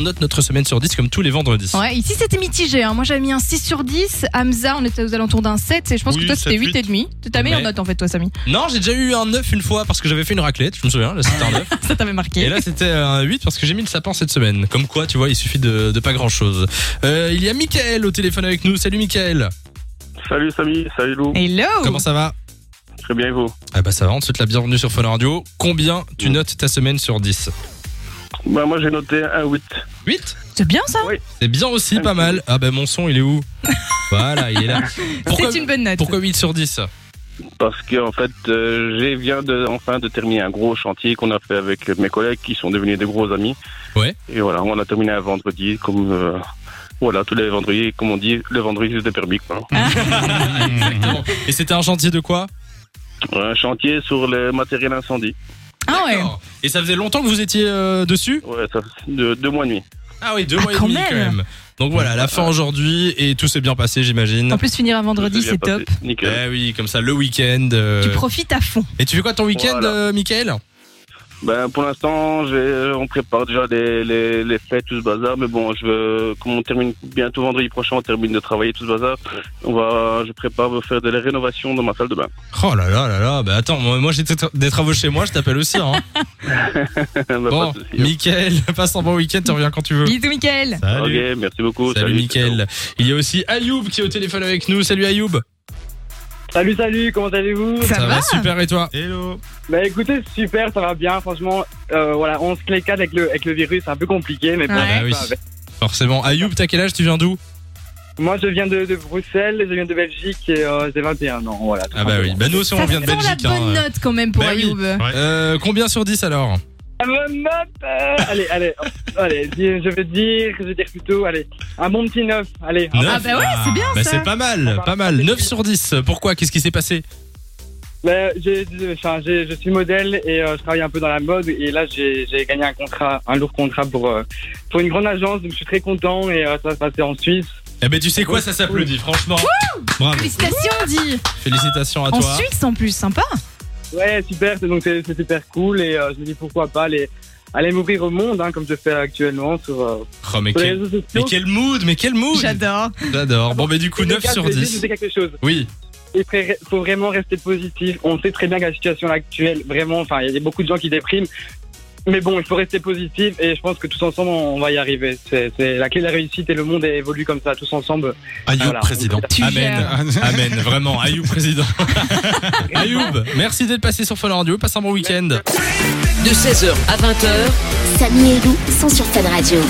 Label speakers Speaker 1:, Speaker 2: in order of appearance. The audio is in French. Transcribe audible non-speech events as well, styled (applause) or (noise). Speaker 1: note notre semaine sur 10 comme tous les vendredis.
Speaker 2: Ouais, ici c'était mitigé. hein. Moi j'avais mis un 6 sur 10. Hamza, on était aux alentours d'un 7. Et je pense que
Speaker 3: Oui,
Speaker 2: toi c'était
Speaker 3: 7,
Speaker 2: 8,5. et demi. C'était ta meilleure
Speaker 1: Ouais.
Speaker 2: note en fait, toi, Samy.
Speaker 1: Non, j'ai déjà eu un 9 une fois parce que j'avais fait une raclette, je me souviens, là c'était un
Speaker 2: (laughs)
Speaker 1: 9.
Speaker 2: Ça t'avait marqué.
Speaker 1: Et là c'était un 8 parce que j'ai mis le sapin cette semaine. Comme quoi, tu vois, il suffit de, de pas grand chose. il y a Mickaël au téléphone avec nous. Salut Mickaël.
Speaker 4: Salut Samy, salut Lou,
Speaker 2: Hello.
Speaker 1: Comment ça va
Speaker 4: très bien et vous
Speaker 1: Ah bah ça va, on te souhaite la bienvenue sur Fun Radio. Combien tu notes ta semaine sur 10
Speaker 4: bah, Moi j'ai noté un 8.
Speaker 1: 8
Speaker 2: C'est bien ça.
Speaker 1: C'est bien aussi, pas mal. Ah bah mon son, il est
Speaker 2: (laughs)
Speaker 1: où Voilà, il est là. Pourquoi,
Speaker 2: C'est une bonne note.
Speaker 1: pourquoi 8 sur 10
Speaker 4: Parce que en fait, euh, j'ai viens de, enfin de terminer un gros chantier qu'on a fait avec mes collègues qui sont devenus des gros amis.
Speaker 1: Ouais.
Speaker 4: Et voilà, on a terminé un vendredi, comme euh, voilà, tous les vendredis, comme on dit, le vendredi juste des permis. Quoi.
Speaker 2: Ah.
Speaker 1: Mmh, Exactement. Et c'était un chantier de quoi
Speaker 4: Un chantier sur le matériel incendie.
Speaker 2: Ah ouais.
Speaker 1: D'accord. Et ça faisait longtemps que vous étiez euh, dessus
Speaker 4: Ouais, ça, de, deux mois et demi.
Speaker 1: Ah oui, deux
Speaker 2: Ah,
Speaker 1: mois et
Speaker 2: quand
Speaker 1: demi
Speaker 2: même.
Speaker 1: quand même. Donc voilà, la fin aujourd'hui et tout s'est bien passé, j'imagine.
Speaker 2: En plus finir un vendredi
Speaker 4: Bien
Speaker 2: c'est top.
Speaker 4: passé. Nickel.
Speaker 1: Eh oui, comme ça, le week-end. euh,
Speaker 2: Tu profites à fond.
Speaker 1: Et tu fais quoi ton week-end,
Speaker 4: Voilà.
Speaker 1: euh, Mickaël
Speaker 4: Ben, pour l'instant, j'ai- on prépare déjà les, les, les fêtes, tout ce bazar. Mais bon, je veux, comme on termine bientôt vendredi prochain, on termine de travailler tout ce bazar. On va, je prépare de faire des rénovations dans ma salle de bain. (laughs)
Speaker 1: Oh là là là là, bah attends, moi, moi j'ai des tra- des travaux chez moi, je t'appelle aussi.
Speaker 4: (laughs)
Speaker 1: Hein.
Speaker 4: Ben, pas
Speaker 1: bon,
Speaker 4: de souci.
Speaker 1: Mickaël, (laughs) passe un bon week-end, tu reviens quand tu veux.
Speaker 2: Bisous, Michael.
Speaker 1: Salut.
Speaker 4: Ok, merci beaucoup.
Speaker 1: Salut Mickaël. Il y a aussi Ayoub qui est au téléphone avec nous. Salut Ayoub.
Speaker 5: Salut, salut, comment allez-vous
Speaker 2: Ça
Speaker 1: va,
Speaker 2: va
Speaker 1: super et toi
Speaker 3: Hello.
Speaker 5: Bah écoutez, super, ça va bien, franchement. Euh, voilà, on se les quatre avec le, avec le virus, c'est un peu compliqué, mais bon.
Speaker 2: Ouais.
Speaker 1: Ah bah oui,
Speaker 5: ça va.
Speaker 1: forcément. Ayoub, t'as quel âge Tu viens d'où
Speaker 5: Moi, je viens de, de Bruxelles, je viens de Belgique et euh, j'ai 21 ans, voilà. tout
Speaker 1: Ah bah oui.
Speaker 5: simplement.
Speaker 1: Bah nous aussi on
Speaker 2: Ça
Speaker 1: vient
Speaker 2: sent
Speaker 1: de
Speaker 2: la
Speaker 1: Belgique. hein.
Speaker 2: bonne note quand même pour
Speaker 1: Bah oui.
Speaker 2: Ayoub.
Speaker 1: Euh, combien sur 10 alors
Speaker 5: Ah, bah, hop, euh, allez, allez, hop, allez, dis- je vais dire, je vais dire plutôt, allez, un bon petit 9, allez.
Speaker 1: Neuf.
Speaker 2: Ah bah ouais, c'est bien
Speaker 1: Bah
Speaker 2: ça.
Speaker 1: c'est pas mal, pas mal. 9 sur 10. Pourquoi Qu'est-ce qui s'est passé
Speaker 5: Bah, j'ai- j'ai- enfin, j'ai- je suis modèle et euh, je travaille un peu dans la mode et là, j'ai j'ai gagné un contrat, un lourd contrat pour, euh, pour une grande agence, donc je suis très content et euh, ça va se passer en Suisse.
Speaker 1: Eh ben tu sais quoi, ça s'applaudit, franchement. Bravo.
Speaker 2: Félicitations, dit.
Speaker 1: Félicitations Ah. à
Speaker 2: En
Speaker 1: toi.
Speaker 2: Suisse en plus, sympa.
Speaker 5: Ouais, super, c'est donc c'est c'est super cool et euh, je me dis pourquoi pas aller, aller m'ouvrir au monde hein, comme je fais actuellement sur, euh,
Speaker 1: Oh, mais,
Speaker 5: sur les
Speaker 1: quel,
Speaker 5: réseaux
Speaker 1: mais
Speaker 5: sociaux.
Speaker 1: quel mood, mais quel mood
Speaker 2: J'adore.
Speaker 1: J'adore. Bon, mais du coup,
Speaker 5: Les
Speaker 1: 9
Speaker 5: gars,
Speaker 1: sur
Speaker 5: je vais juste
Speaker 1: 10.
Speaker 5: vous dire quelque chose.
Speaker 1: Oui,
Speaker 5: Il faut- faut vraiment rester positif. On sait très bien que la situation actuelle, vraiment, enfin, il y a beaucoup de gens qui dépriment. Mais bon, il faut rester positif et je pense que tous ensemble, on va y arriver. C'est c'est la clé de la réussite et le monde évolue comme ça, tous ensemble.
Speaker 3: Ayoub,
Speaker 5: Voilà.
Speaker 3: président.
Speaker 2: Tu
Speaker 1: Amen.
Speaker 2: gères.
Speaker 1: Amen, vraiment. Ayoub, président. Ayoub, merci d'être passé sur Fun Radio. Passe un bon week-end.
Speaker 6: De 16h à 20h,
Speaker 7: Samy et Lou sont sur Fan Radio.